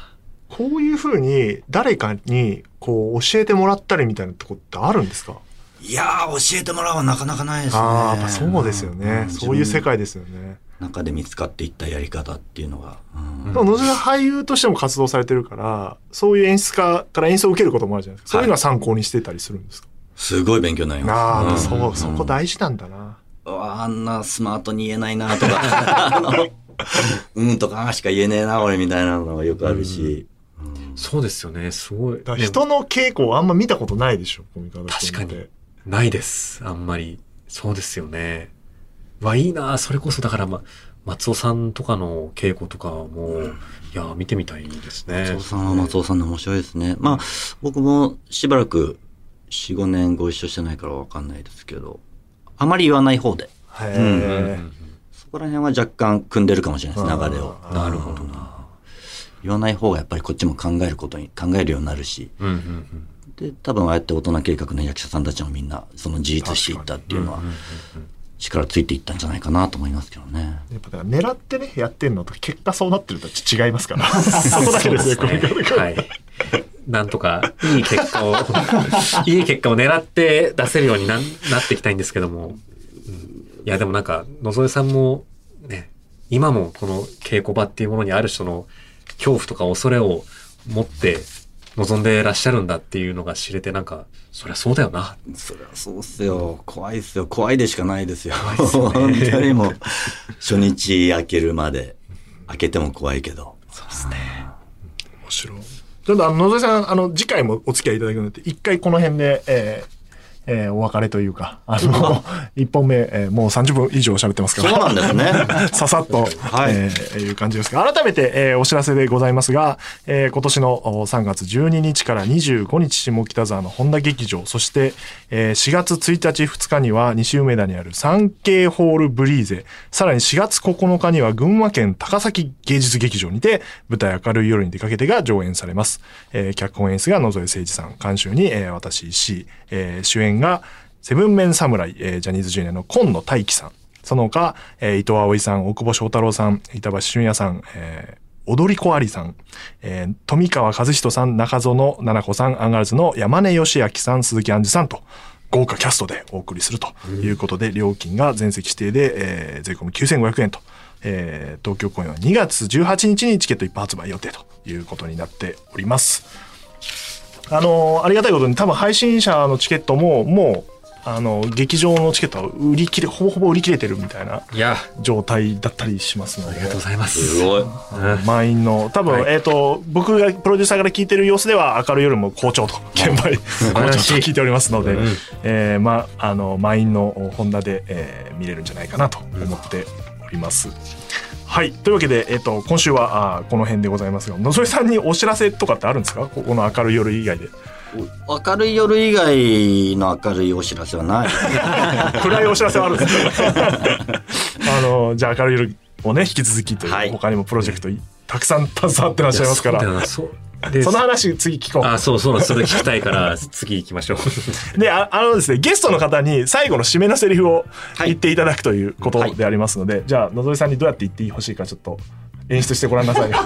A: こういうふうに誰かにこう教えてもらったりみたいなとこってあるんですか
C: いやー、教えてもらうはなかなかないですね。
A: ああ、やっぱそうですよね。
C: ん
A: そういう世。界ですよね。
C: 自分の中で見つかっていったやり方っていうのが。うん
A: でも野島俳優としても活動されてるから、そういう演出家から演奏を受けることもあるじゃないですか。そういうのは参考にしてたりするんですか、
C: すごい勉強になり
A: ああ、
C: ます。
A: そう、
C: ん
A: そこ大事なんだな。
C: うわあんなスマートに言えないなとか、あの うんとかあーしか言えねえな、俺みたいなのがよくあるし。
B: そうですよね。すごい。
A: だから
B: ね
A: 人の稽古をあんま見たことないでしょ、コミカド君
B: 確か
A: って
B: に。ないです。あんまり。そうですよね。わ、いいなあそれこそ、だから、ま、松尾さんとかの稽古とかも、いやあ見てみたいですね。
C: 松尾さんは松尾さんの面白いですね。まあ、僕もしばらく4、5年ご一緒してないからわかんないですけど、あまり言わない方で、
A: へ
B: うんうんう
A: え。
B: ん
C: そこら辺は若干組んでるかもしれないです、流れを。
A: あー
B: なるほどな
C: 言わない方がやっぱりこっちも考えることに、考えるようになるし、
B: うんうんうん。
C: で、多分ああやって大人計画の役者さんたちもみんな、その自立していったっていうのは
B: うんうんうんうん
C: 力ついていったんじゃないかなと思いますけどね。
A: やっぱだから狙ってね、やってんのと結果そうなってるとは違いますから。そこだけですね、コミカド君。
B: はい。なんとか、いい結果を、 いい結果を狙って出せるようになんなっていきたいんですけども。うんいや、でもなんか、野添さんも、ね、今もこの稽古場っていうものにある人の恐怖とか恐れを持って望んでらっしゃるんだっていうのが知れて、なんか、そりゃそうだよな。
C: そりゃそうっすよ。怖いっすよ。怖いでしかないですよ。本当にもう、初日開けるまで、開けても怖いけど。
A: 面白い。ちょっとあの野添さん、あの、次回もお付き合いいただくので、一回この辺で、えーえーお別れというか、あ の、一本目、えーもう30分以上喋ってますか
C: そう
A: ら。
C: なんですね。
A: ささっと、
C: はい
A: えーいう感じですが、改めて、えーお知らせでございますが、えー今年のお3月12日から25日下北沢の本田劇場、そして、えー4月1日2日には西梅田にある三景ホールブリーゼ、さらに4月9日には群馬県高崎芸術劇場にて、舞台明るい夜に出かけてが上演されます。えー脚本演出が野添誠二さん、監修に、えー私石井、えー主演がセブンメン侍、えージャニーズジュニアの今野大輝さん、その他、えー伊藤葵さん、大久保翔太郎さん、板橋俊也さん、えー踊り子ありさん、えー富川和人さん、中園奈々子さん、アンガールズの山根義明さん、鈴木杏樹さんと、豪華キャストでお送りするということで、料金が全席指定で、えー税込み9500円と、えー東京公演は2月18日にチケット一般発売予定ということになっております。あのーありがたいことに多分配信者のチケットももうあの劇場のチケットは売り切れほぼほぼ売り切れてるみたいない
B: や、
A: 状態だったりしますの
B: あり
A: で
B: がとうございます。
C: すごい。
A: あの満員の多分、
B: はい
A: えっ、と僕がプロデューサーから聞いてる様子では明るい夜も好調と現場に好
B: らしい
A: 調と聞いておりますので、
B: うん
A: えーまああの満員のホンダで、えー見れるんじゃないかなと思っております。はいというわけで、えっと今週はあーこの辺でございますが野添さんにお知らせとかってあるんですかここの明るい夜以外 で
C: 明るい夜以外の明るいお知らせはない。
A: 暗いお知らせはあるんですけど あのじゃあ明るい夜をね引き続きという、
C: はい
A: 他にもプロジェクトいたくさん携わってらっしゃいますか
B: いやそうだよ
A: ら
B: なそうで
A: その話次聞こう
B: あ、そうそうなんです、それ聞きたいから、次行き ましょう。
A: で、ああのですね、ゲストの方に最後の締めのセリフを言っていただくということでありますので、じゃあ、野添さんにどうやって言ってほしいか、ちょっと演出してごらんなさいよ。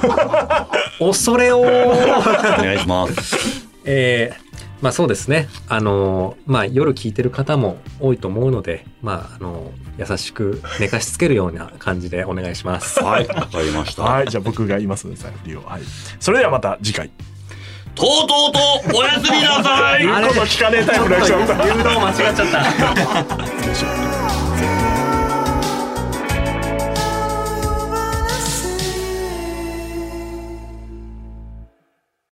B: 恐れを
C: お願いします。
B: えーまあそうですね。あのーまあ夜聞いてる方も多いと思うので、まああのー優しく寝かしつけるような感じでお願いします。
C: はい、わかりました。
A: はい、じゃあ僕が言いますので、最後理由を。はい。それではまた次回。
C: とうとうとおやすみなさい
A: 言うこと聞かねえタイプの役者だった。
B: 間違っちゃった。
A: 失礼します